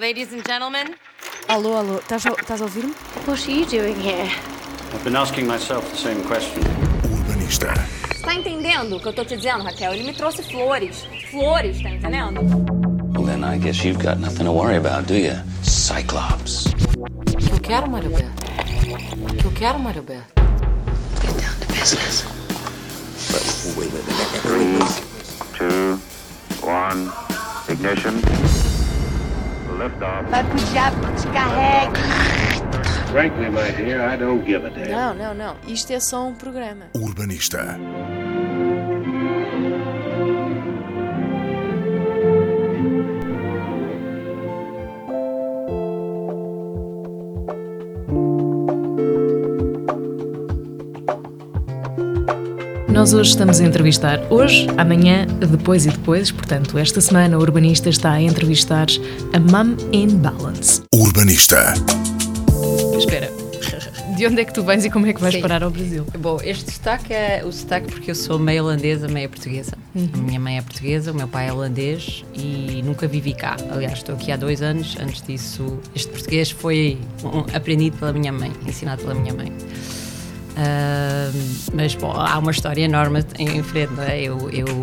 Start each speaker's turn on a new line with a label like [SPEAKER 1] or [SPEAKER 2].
[SPEAKER 1] Ladies and gentlemen,
[SPEAKER 2] Alô, alô, estás a, estás a ouvir-me?
[SPEAKER 3] What are you doing here?
[SPEAKER 4] I've been asking myself the same question.
[SPEAKER 5] O urbanista.
[SPEAKER 6] Tá entendendo o que eu tô te dizendo, Raquel? Ele me trouxe flores. Flores, tá entendendo?
[SPEAKER 7] Well, then I guess you've got nothing to worry about, do you? Cyclops.
[SPEAKER 1] o que eu quero, Mário Beto? O que eu quero, Mário Beto?
[SPEAKER 3] Get down to business.
[SPEAKER 8] two, one, ignition. Liftoff.
[SPEAKER 4] Frankly, my dear, I don't give a damn.
[SPEAKER 2] Não, não, não. Isto é só um programa.
[SPEAKER 5] O urbanista.
[SPEAKER 9] Nós hoje estamos a entrevistar hoje, amanhã, depois e depois. Portanto, esta semana o Urbanista está a entrevistar a Mum in Balance.
[SPEAKER 5] O urbanista.
[SPEAKER 9] Espera, de onde é que tu vens e como é que vais
[SPEAKER 10] Sim.
[SPEAKER 9] parar ao Brasil?
[SPEAKER 10] Bom, este destaque é o sotaque porque eu sou meia holandesa, meia portuguesa. A minha mãe é portuguesa, o meu pai é holandês e nunca vivi cá. Aliás, estou aqui há dois anos. Antes disso, este português foi um- aprendido pela minha mãe, ensinado pela minha mãe. Ah, mas bom, há uma história enorme em frente, não é? Eu, eu